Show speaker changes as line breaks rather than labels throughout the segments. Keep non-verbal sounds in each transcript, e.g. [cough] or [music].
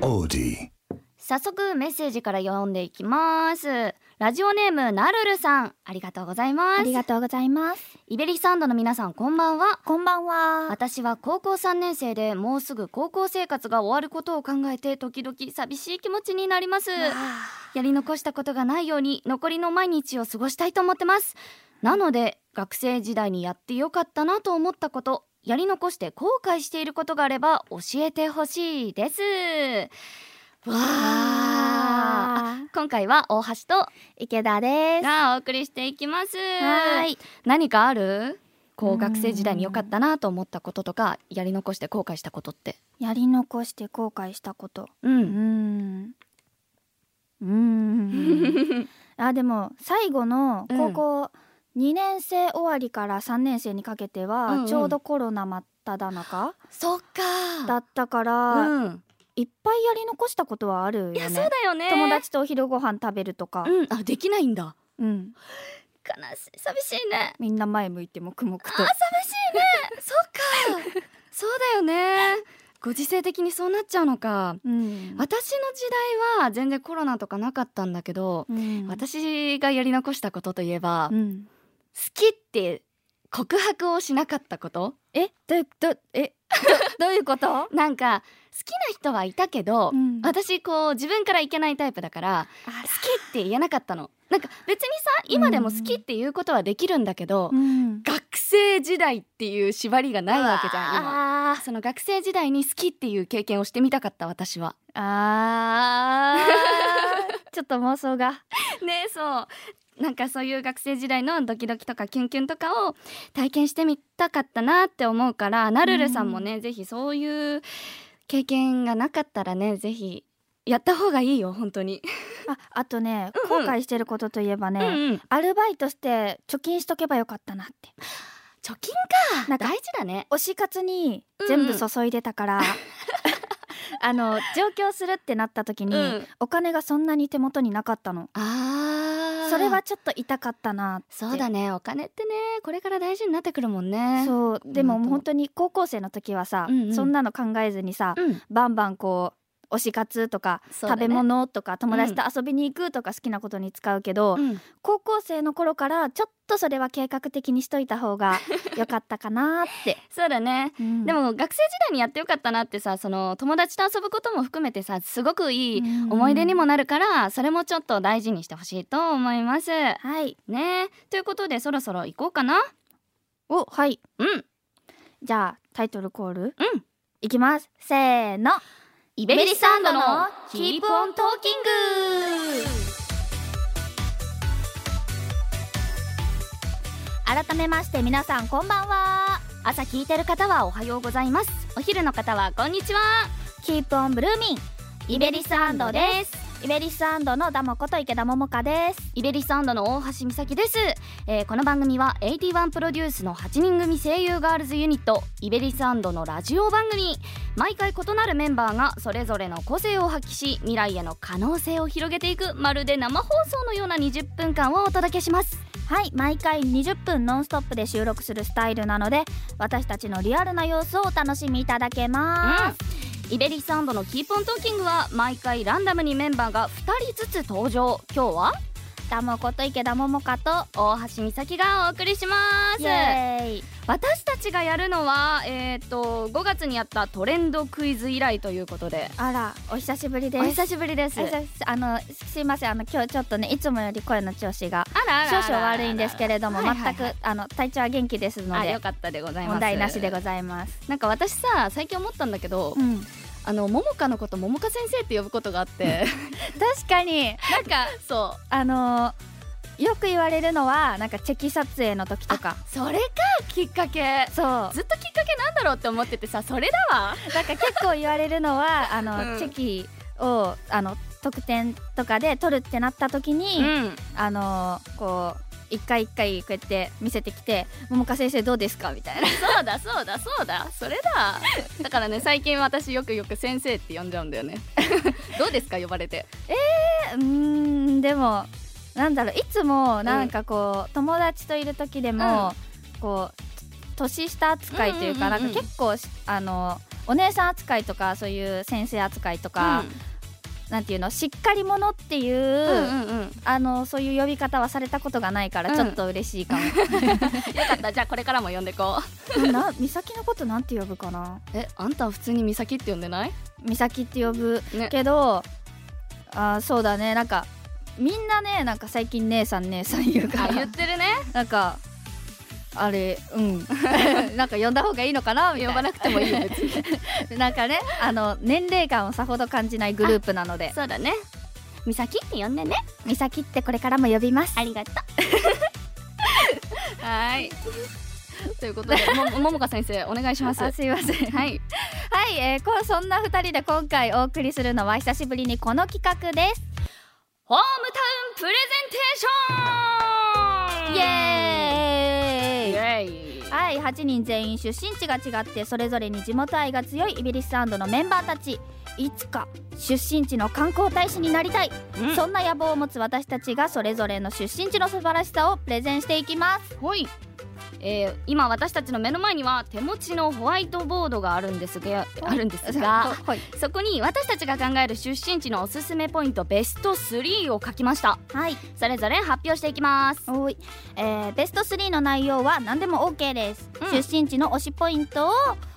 Melody.
早速メッセージから読んでいきますラジオネームなるるさんありがとうございます
ありがとうございます。
イベリサンドの皆さんこんばんは
こんばんは。
私は高校3年生でもうすぐ高校生活が終わることを考えて時々寂しい気持ちになりますやり残したことがないように残りの毎日を過ごしたいと思ってますなので学生時代にやってよかったなと思ったことやり残して後悔していることがあれば教えてほしいですわあ
わ
今回は大橋と
池田です。
がお送りしていきます
はい
何かあるこ
う
うん学生時代に良かったなと思ったこととかやり残して後悔したことって
やり残して後悔したこと。
う
うー
ん
ん。うーん。 [laughs] あ、でも最後の高校2年生終わりから3年生にかけ
う
て
んう
は
ん
ちょうどコロナ真っ只中
そっ
だ
か
ったから
うん
いっぱいやり残したことはあるよ
い
ね
や。そうだよね
友達とお昼ご飯食べるとか、
うんあできないんだ
うん、
悲しい寂しいね
みんな前向いて黙々と
そっ
[laughs]
かそうだよねご時世的にそうなっちゃうのか
うん
私の時代は全然コロナとかなかったんだけど、
うん
私がやり残したことといえば、
う
好
ん、
きって告白をしなかったこと
えどうど [laughs] えどどういうこと、
なんか好きな人はいたけど、
うん
私こう自分からいけないタイプだから
あ
好きって言えなかったのなんか別にさ今でも好きっていうことはできるんだけど、
うん、
学生時代っていう縛りがないわけじゃん今
あ
その学生時代に好きっていう経験をしてみたかった私は
ー [laughs] あーちょっと妄想が
ねえそうなんかそういう学生時代のドキドキとかキュンキュンとかを体験してみたかったなって思うからなるるさんもね、ぜひそういう経験がなかったらねぜひやった方がいいよ本当に、
ああとね
うんう
後
ん
悔してることといえばね、
うんうん
アルバイトして貯金しとけばよかったなって
貯金か
なんか
大事だね
推し活に全部注いでた
[laughs]
から、あの上京するってなった時
う
に、
ん
お金がそんなに手元になかったの
あー
それはちょっと痛かったなって
そうだねお金ってねこれから大事になってくるもんねう
そうでも
うん
もう本当に高校生の時はさ、
うんうん
そんなの考えずにさ、
ん
バンバンこう推し活とか、
そうだ
食
ね
べ物とか友達と遊びに行くとか好きなことに使うけど、
うん
高校生の頃からちょっとそれは計画的にしといた方が良かったかなって、
そうだね
[laughs] うん
でも学生時代にやってよかったなってさその友達と遊ぶことも含めてさすごくいい
うん
思い出にもなるからそれもちょっと大事にしてほしいと思います
はい
ねということでそろそろ行こうかな
おはい
うん
じゃあタイトルコールうんいきますせーの
イ
ベ
ベ
リ
リ
サ
サ
ン
ン
ド
ド
の
の
Keep
Keep
on
on Talking
改めまして皆さんこんばんは
朝聞いてる方はおはようございますお昼の方はこんにちは
Keep on Blooming イベリスアンドですイベリスアンドのダモこと池田桃香です
イベリサンドの大橋美咲です、えーこの番組は81プロデュースの8人組声優ガールズユニットイベリサンドのラジオ番組毎回異なるメンバーがそれぞれの個性を発揮し未来への可能性を広げていくまるで生放送のような20分間をお届けします
はい毎回20分ノンストップで収録するスタイルなので私たちのリアルな様子をお楽しみいただけます、
イベリサンドのキーポントーキングは毎回ランダムにメンバーが2人ずつ登場今日は
ダモこと池田桃香と
大橋美咲がお送りします
イエーイ
私たちがやるのは、えー、と5月にやったトレンドクイズ以来ということで
あらお久しぶりです
お久しぶりです
お久しあのすいませんあの今日ちょっとねいつもより声の調子が
あら
少々悪いんですけれども
はいはいは
全
い
くあの体調は元気ですの
あよ
で
かったでございます
問題なしでございます
なんか私さ最近思ったんだけど、
うん
あの桃香のこと桃香先生って呼ぶことがあって
[laughs] 確かに
なんかそう
あのよく言われるのはなんかチェキ撮影の時とか
それかきっかけ
そうなん
ずっときっかけなんだろうって思っててさそれだわ
か結構言われるのはあの、
うん
チェキをあの得点とかで撮るってなった時に、
ん
あのこう一回一回こうやって見せてきて「桃香先生どうですか?」みたいな
そうだそうだそうだそれだだからね最近私よくよく先生って呼んじゃうんだよ
[laughs]
ねどうですか呼ばれて
うーんでもなんだろういつもなんかこう、友達といる時でも、こう年下扱いというか、
うんうんうんうん
なんか結構しあのお姉さん扱いとかそういう先生扱いと
か
か、、なんていうのしっかり者っていう、
うん、うんうんよ
あのそういう呼び方はされたことがないから
うん
ちょっと嬉しいかも、
かったじゃあこれからも呼んでこう
な美咲のことなんて呼ぶかな
えあんたは普通に美咲って呼んでない
美咲って呼ぶ
ね
けど、あーそうだねなんかみんなねなんか最近姉さん姉さん言うか
あ
ら
言ってるね
なんかあれうん [laughs] なんか [laughs] 呼んだ方がいいのかなみたい
呼ば
な
なくてもいいよ別に
なんかねあの年齢感をさほど感じないグループなの
[laughs]
で
そうだね美咲って呼んでね
美咲ってこれからも呼びます
ありがとう [laughs] はーいということでもももか先生お願いします
あすいません
はい
はい、えー、こうそんな2人で今回お送りするのは久しぶりにこの企画です
ホームタウンプレゼンテーション
イエーイ
イエーイ
はい8人全員出身地が違ってそれぞれに地元愛が強いイビリスのメンバーたちいつか出身地の観光大使になりたい、
うん
そんな野望を持つ私たちがそれぞれの出身地の素晴らしさをプレゼンしていきます
ほい、えー今私たちの目の前には手持ちのホワイトボードがあるんですがあるんです [laughs] が
はい
そこに私たちが考える出身地のおすすめポイントベスト3を書きました
はい
それぞれ発表していきます
おい、えーベスト3の内容は何でも OK です、
うん
出身地の推しポイントを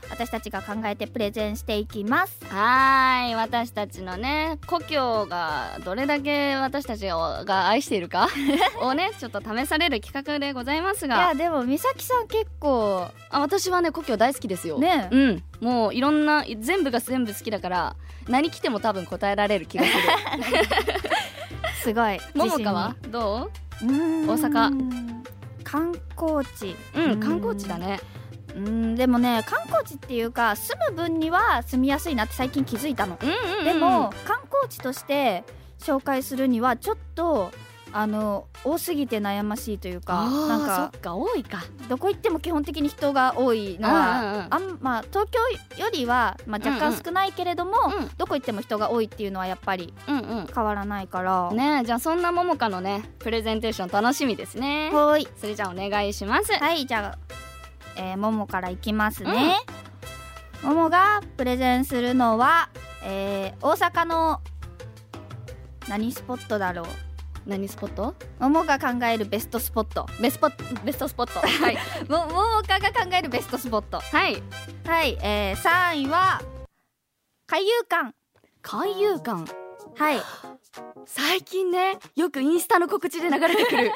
私たちが考えてプレゼンしていきます
はーい私たちのね故郷がどれだけ私たちをが愛している [laughs] かをねちょっと試される企画でございます
い
が
やでも美咲さん結構
あ私はね故郷大好きですよ、
ね
うんもういろんな全部が全部好きだから何着ても多分答えられる気がす [laughs] る [laughs]
すごい
ももかはど
自信に
大阪
うーん観光地
ううん観光地だね
うーんでもね観光地っていうか住む分には住みやすいなって最近気づいたの、
うんうん、うん、
でも観光地として紹介するにはちょっとあの多すぎて悩ましいというか
あ
なんか
かそっか多いか
どこ行っても基本的に人が多いのは、
うんうんうん
あんまあ、東京よりは、まあ、若
うんう
干
ん
少ないけれども、
うん
どこ行っても人が多いっていうのはやっぱり
うん
変わらないから、
うんねえじゃあそんなももかのねプレゼンテーション楽しみですね
はーい
それじゃあお願いします
はいじゃあ、えー、ももからいきますね、ももがプレゼンするのは、えー、大阪の何スポットだろう
何スポット
ももが考えるベストスポット
ベスポベストスポット [laughs] はい
もももかが考えるベストスポット
はい
はい、えー、3位は海遊館
海遊館 [laughs]
はい
最近ねよくインスタの告知で流れてくる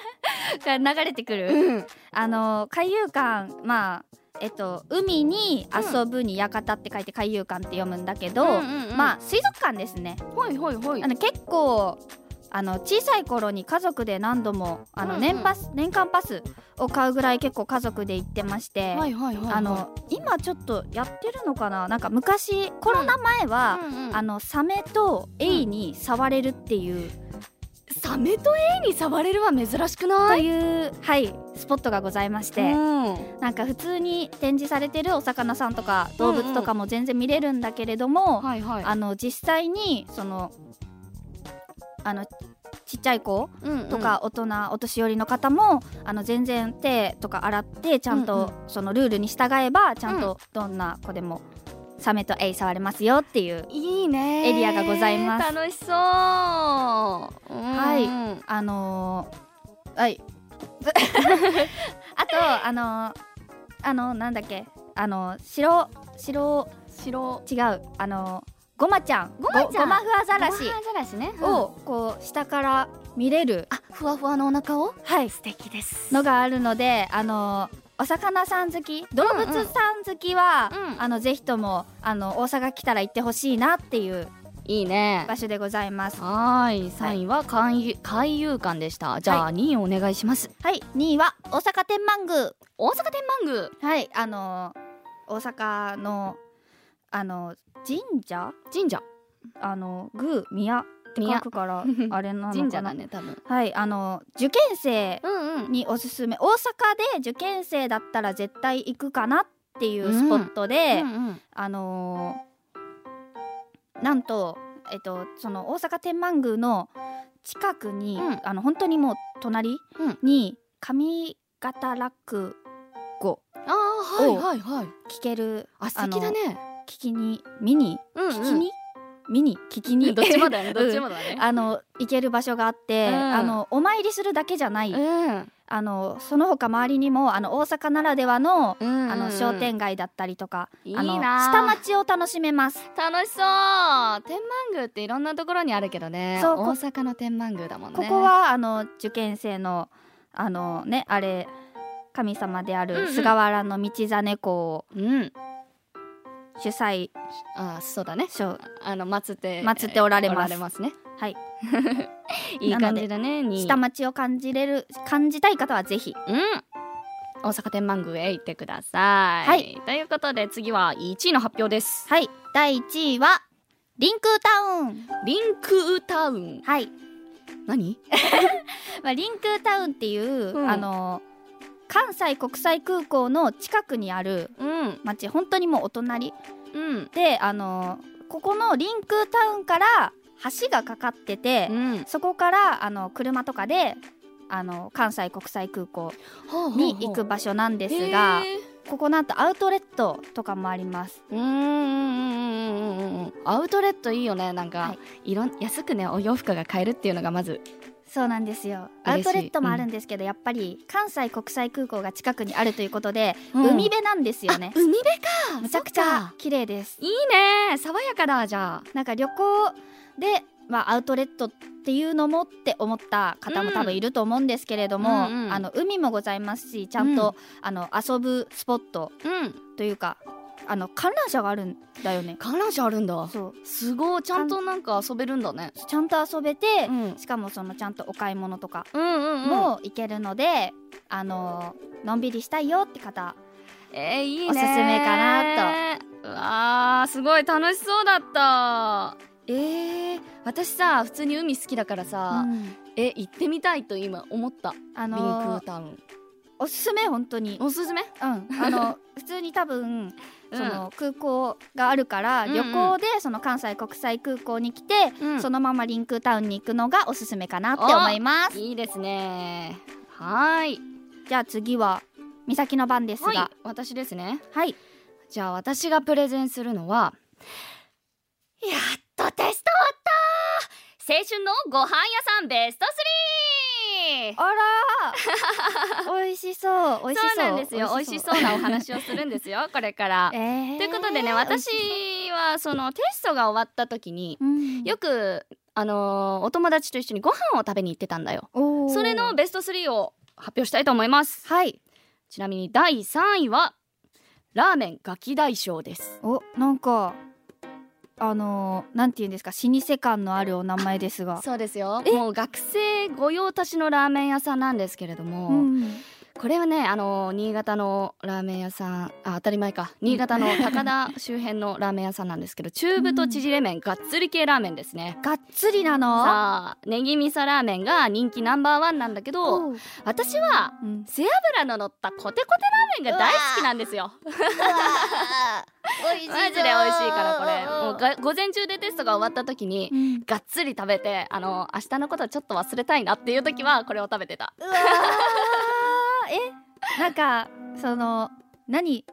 が流れてく
[laughs]
る、
うん
あの海遊館まあえっと海に遊ぶに館って書いて海遊館って読むんだけど、
うんうんうん
まあ水族館ですね
ほいほいほい
あの結構あの小さい頃に家族で何度もあ
うん
の
うん
年パス、年間パスを買うぐらい結構家族で行ってまして、
はいはいはいはい
あの今ちょっとやってるのかななんか昔コロナ前は、
うんうん
あのサメとエイに触れるっていう、
サメとエイに触れるは珍しく
と
ない
いう、はい、スポットがございまして。
うん
なんか普通に展示されてるお魚さんとか動物とかも全然見れるんだけれども、
はいはい
あの実際にそのあのちっちゃい子とか大人、お年寄りの方もあの全然手とか洗ってちゃんとそのルールに従えばちゃんとどんな子でもサメとエイ触れますよっていう
いいね
エリアがございます
楽しそうは
はいあの
[laughs]
ー、はいあとあのー、あのなんだっけあの白白
白
違うあのごまちゃん
ごまちゃん
ごまふアザラシ
ごまアザラシね
をこう下から見れる
あふわふわのお腹を
はい
素敵です
のがあるのであのお魚さん好き動物さん好きは、
うんうん
あのぜひともあの大阪来たら行ってほしいなっていう
いいね
場所でございますは
はーい三位は海遊海遊館でしたじゃ
は
あ二位お願いします
い2位は大阪天満宮
大阪天満宮
はいあの大阪のあの神社
神社
あの宮宮って書
[laughs]
くから
宮
あれなのかな
神社だね多分
はいあの受験生
うんうん
におすすめ大阪で受験生だったら絶対行くかなっていうスポットで、
うん
あのーなんと、えっと、その大阪天満宮の近くに、
うん
あの本当にもう隣
うん
に上方落語
ああはいはいはい
聞ける
あ素敵だね
あ聞きに見に
うん
聞きに見に聞き
[laughs]
に
どっちも
だ
だ
[laughs]
ねどっちもだね、
あの行ける場所があって、
うん
あのお参りするだけじゃない、
うん
あのその他周りにもあの大阪ならではの,、
うん
あの商店街だったりとか
いい
あの
なあ
下町を楽しめます
楽しそう天満宮っていろんなところにあるけどね
そうこ
大阪の天満宮だもんね
ここはあの受験生のあのねあれ神様であ
うんうん
る菅原の道真公を
うん
主催、
あそうだね
しょ
あの祀って
祀っておられます
おね
はい、
いい感じだねに
下町を感じれる感じたい方はぜひ
うん大阪天満宮へ行ってください。
はい、
ということで次は1位の発表です。
はい第1位はリンクタウン
リンクタウン。
はい、
何？
まあ、リンクタウンっていう、
うん
あの関西国際空港の近くにある
うん
町本当にもうお隣
うん
であのここのリンクタウンから橋がかかってて、
うん。
そこからあの車とかであの関西国際空港に行く場所なん
で
ですが、ここなんとアウトレットとかもあります。
うんうんうんうんうんうんアウトレットいいよねなんか、、
はい
ろん安くねお洋服が買えるっていうのがまず
そうなんですよア
嬉し
ウ
い
トレットもあるんですけど、やっぱり関西国際空港が近くにあるということで、
うん
海辺なんですよね
海辺か
めちゃくちゃ綺麗です
いいね爽やかだじゃあ
なんか旅行で、まあ、アウトレットっていうのもって思った方も多分いると思うんですけれども、
うんうん
あの海もございますしちゃんと、あの遊ぶスポット
うん
というかあの観覧車があるんだよね
観覧車あるんだ
そう
すごいちゃんとなんか遊べるんだね
ちゃんと遊べて、
うん
しかもそのちゃんとお買い物とか
うんうんうん
も行けるので、あののんびりしたいよって方
えー、いいね
おすすめかな
とうわーすごい楽しそうだったえー、私さ普通に海好きだからさ、え行ってみたいと今思った、
あ
リン
の
クタウン
おすすめ本当に、
おすすめ
うん
[laughs]
あの普通に多分
うん
その空港があるから、
うんうん
旅行でその関西国際空港に来て、
うん
そのままリンクタウンに行くのがおすすめかなって思います
いいですねはーい
じゃあ次は美咲の番ですが
はい私ですね
はい、
じゃあ私がプレゼンするのはやっとテスト終わった青春のご飯屋さんベスト 3!
あら美味しそう美味しそう
そうなんですよ美味しそうなお話をするんです [laughs] よこれから。
えー
ということでね私はそのテストが終わった時に
うん
よくあのーお友達と一緒にご飯を食べに行ってたんだよ。
おー
それのベスト3を発表したいと思います。
はい
ちなみに第3位はラーメンガキ大将です。
おなんかあのーなんて言うんですか老舗感のあるお名前ですが、
そうですよ
え
もう学生御用達のラーメン屋さんなんですけれども、
うん、
これはねあのー新潟のラーメン屋さんあ当たり前か新潟の高田周辺のラーメン屋さんなんですけど中太縮れ麺がっつり系ラーメンですね。
がっつりなの
さあネギ味噌ラーメンが人気ナンバーワンなんだけど
おう
私は
うん
背脂の乗ったコテコテラーメンが大好きなんですよ
美味
マジで美味しいからこれもうが午前中でテストが終わった時に
うん
がっつり食べてあの明日のことはちょっと忘れたいなっていう時はこれを食べてた
うわーえなんかその何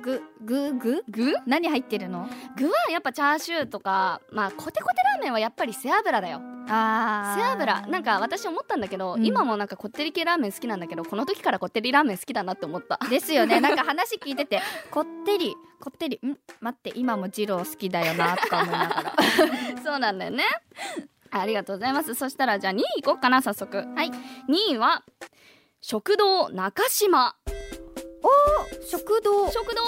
ぐぐぐ
具
何入ってるの
具はやっぱチャーシューとかまあコテコテラーメンはやっぱり背脂だよ
あー
背脂なんか私思ったんだけど、
うん
今もなんかこってり系ラーメン好きなんだけどこの時からこってりラーメン好きだなって思った
ですよねなんか話聞いててこってりこってりん待って今も二郎好きだよなとか思いながら
[laughs] そうなんだよね。ありがとうございます。そしたらじゃあ2位いこうかな早速。はい。2位は食堂中島。
[laughs] 食堂
食堂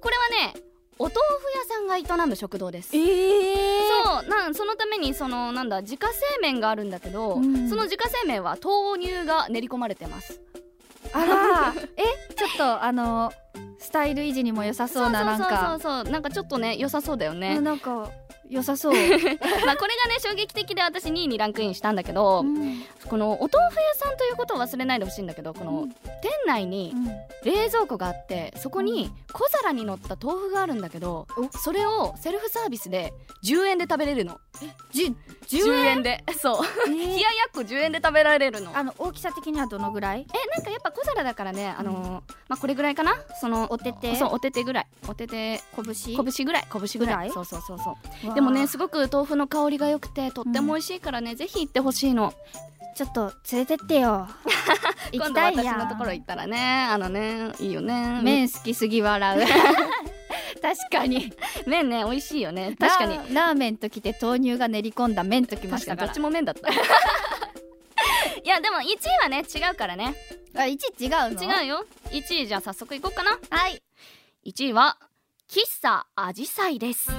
これはねお豆腐屋さんが営む食堂です。
ええ
そうなんそのためにそのなんだ自家製麺があるんだけど、
うん
その自家製麺は豆乳が練り込まれてます
あらえちょっとあのスタイル維持にも良さそうななん
そう
か
そうそうそうなんかちょっとね良さそうだよね、
なんか良さそう、
まあこれがね衝撃的で私2位にランクインしたんだけど、
うん
このお豆腐屋さんということを忘れないでほしいんだけどこの
うん
店内に冷蔵庫があってそこに小皿に乗った豆腐があるんだけど
お
それをセルフサービスで10円で食べれるの
じゅ
10円でそう冷ややっこ10円で食べられるの
あの大きさ的にはどのぐらい
えなんかやっぱ小皿だからねあのーまあこれぐらいかなその
お手手
そうお手手ぐらいお手手
拳
拳ぐらい拳ぐら
ぐら
い
い
そうそうそうそう
わあ
でもねすごく豆腐の香りが良くてとっても美味しいからね、ぜひ行ってほしいの
ちょっと連れてって [laughs] よ
今
行き
度
たい
私
やん
のところ行ったらねあのねいいよね
麺好きすぎ笑う確か [laughs] に
麺ね美味しいよね確かに
ラーラーメンときて豆乳が練り込んだ麺ときまし
確か
た
にど
から
っちも麺だった
[laughs]
いやでも1位はね違うからね
あ一違うの
違うよ1位じゃあ早速行こうかな
はい
1位は喫茶あじさいですさ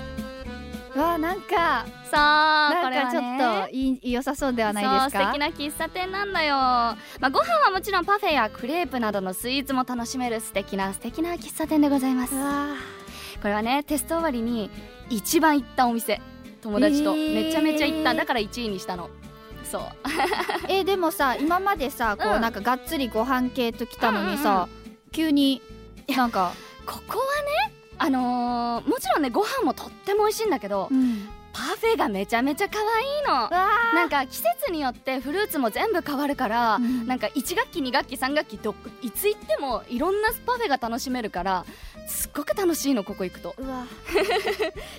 わあなんか
あ
な
こ
ん
れは
かち
ね
ょっといい良さそうではないです
そう素
か
敵な喫茶店なんだよ、まあ、ご飯はもちろんパフェやクレープなどのスイーツも楽しめる素敵な素敵な喫茶店でございます
うわ
これはねテスト終わりに一番行ったお店友達と
えー
めちゃめちゃ行った、だから1位にしたのそう
あえでもさ今までさこ
う
うんなんかがっつりご飯系ときたのに
うんうんう
さ急になんか
ここはねあのーもちろんねご飯もとっても美味しいんだけど、
うん
パフェがめちゃめちゃ可愛いの
わあ
なんか季節によってフルーツも全部変わるから、なんか1学期2学期3学期どいつ行ってもいろんなパフェが楽しめるからすっごく楽しいのここ行くと
うわ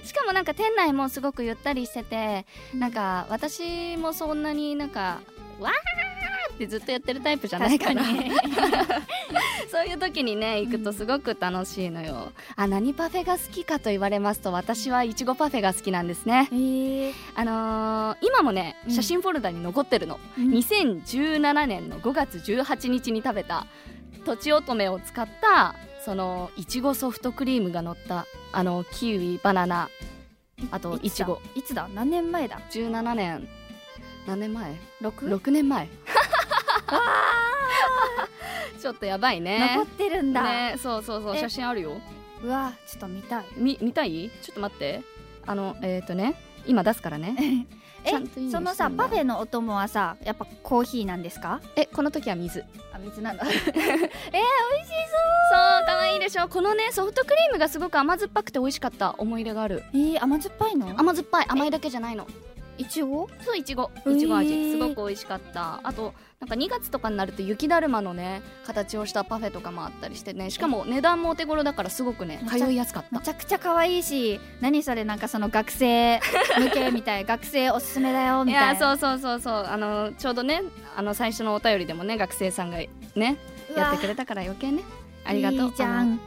しかもなんか店内もすごくゆったりしててなんか私もそんなになんかわーってずっとやってるタイプじゃないから [laughs] そういう時にね行くとすごく楽しいのよ、あ何パフェが好きかと言われますと私はいちごパフェが好きなんですね
[laughs] えー
あのー今もね
うん
写真フォルダに残ってるの、2017年の5月18日に食べたとちおとめを使ったそのいちごソフトクリームが乗ったあのキウイバナナあといちご
いつだ何年前だ
17年何年前
六
6年前 [laughs] ちょっとやばいね
残ってるんだ、
ねそうそうそう
え
写真あるよ
うわちょっと見
[laughs]
たい
み見たいちょっと待ってあのえっ、とね今出すからね
え
ちゃんといい
そのさパフ
ェ
ェのお供はさやっぱコーヒーなんですか
えこの時は水
あ水なんだ
そう可愛いでしょこのねソフトクリームがすごく甘酸っぱくて美味しかった思い入れがある
えー、甘酸っぱいの
甘酸っぱい甘いだけじゃないの
いちご
そういちご
えー
いちご味すごく美味しかったあとなんか2月とかになると雪だるまのね形をしたパフェとかもあったりしてねしかも値段もお手頃だからすごくね
めちゃ
通いやすかった
めちゃくちゃ可愛いし何それなんかその学生向けみ [laughs] たい学生おすすめだよ
い
みた
や
いな
そうそうそうそうあのちょうどねあの最初のお便りでもね学生さんがね
うわ
やってくれたから余計ねありがとう
いいじゃ
あの
ん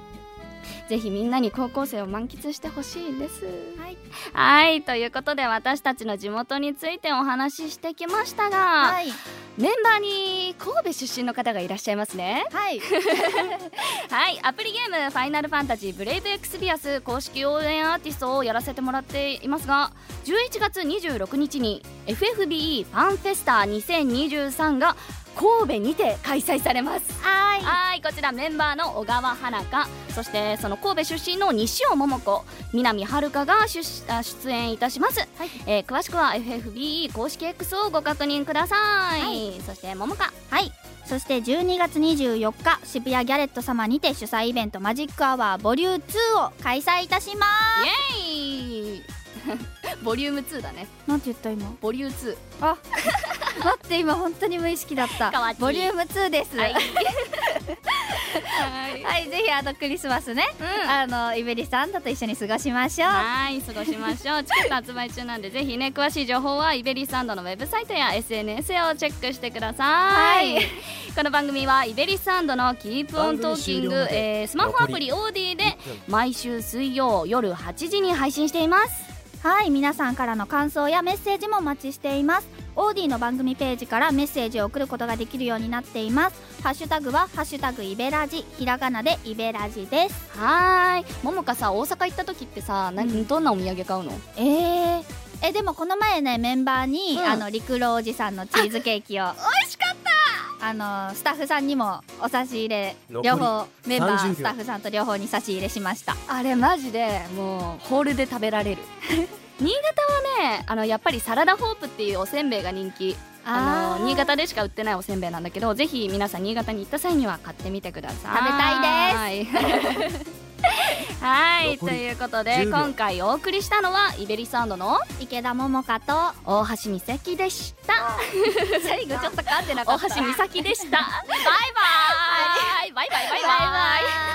ぜひみんなに高校生を満喫してほしいです
はい、
はいということで私たちの地元についてお話ししてきましたが、
はい
メンバーに神戸出身の方がいらっしゃいますね
はい
はいアプリゲーム「ファイナルファンタジーブレイブエクスビアス」公式応援アーティストをやらせてもらっていますが11月26日に FFBE ファンフェスタ2023が神戸にて開催されます
はい
はいこちらメンバーの小川花香そしてその神戸出身の西尾桃子南遥が出あ出演いたします、
はい
えー詳しくは FFBE 公式 X をご確認ください、
は
そして桃香
はいそして12月24日渋谷ギャレット様にて主催イベントマジックアワーボリュー2を開催いたします
イエーイ [laughs] ボリューム2だね
なんて言った今
ボリューム
あ待って今本当に無意識だ [laughs] った
かわちい
ボリューム2です
2
はい、 [laughs]
はい
ぜひあのクリスマスね、あのイベリさんだと一緒に過ごしましょう
はい過ごしましょう [laughs] チケット発売中なんでぜひね詳しい情報はイベリスサンドのウェブサイトや SNS をチェックしてください、
はい
[laughs] この番組はイベリスサンドのキープオントーキン
番組終了
グ
ま、で
えースマホアプリオーディで毎週水曜夜8時に配信しています
はい皆さんからの感想やメッセージもお待ちしていますオーディの番組ページからメッセージを送ることができるようになっていますハッシュタグは「ハッシュタグイベラジ」ひらがなでイベラジです
はーいももかさ大阪行った時ってさ、な
うん
どんなお土産買うの
えー、えでもこの前ねメンバーに、
うん
あの陸路おじさんのチーズケーキを美味しかったあのスタッフさんにもお差し入れ
残り
両方メンバ
30
ー
秒
スタッフさんと両方に差し入れしました
あれマジでもうホールで食べられる新潟はねあのやっぱりサラダホープっていうおせんべいが人気あの
あの
新潟でしか売ってないおせんべいなんだけどぜひ皆さん新潟に行った際には買ってみてください食べたいですはい [laughs] と
残り
いうことで
10秒
今回お送りしたのはイベリサウンドの
池田桃香と
大橋美咲でした
最後ちょっと噛んでな
大
大
橋
橋
美
美咲
咲でしたバイバイバイバイバイバイ
バイバイ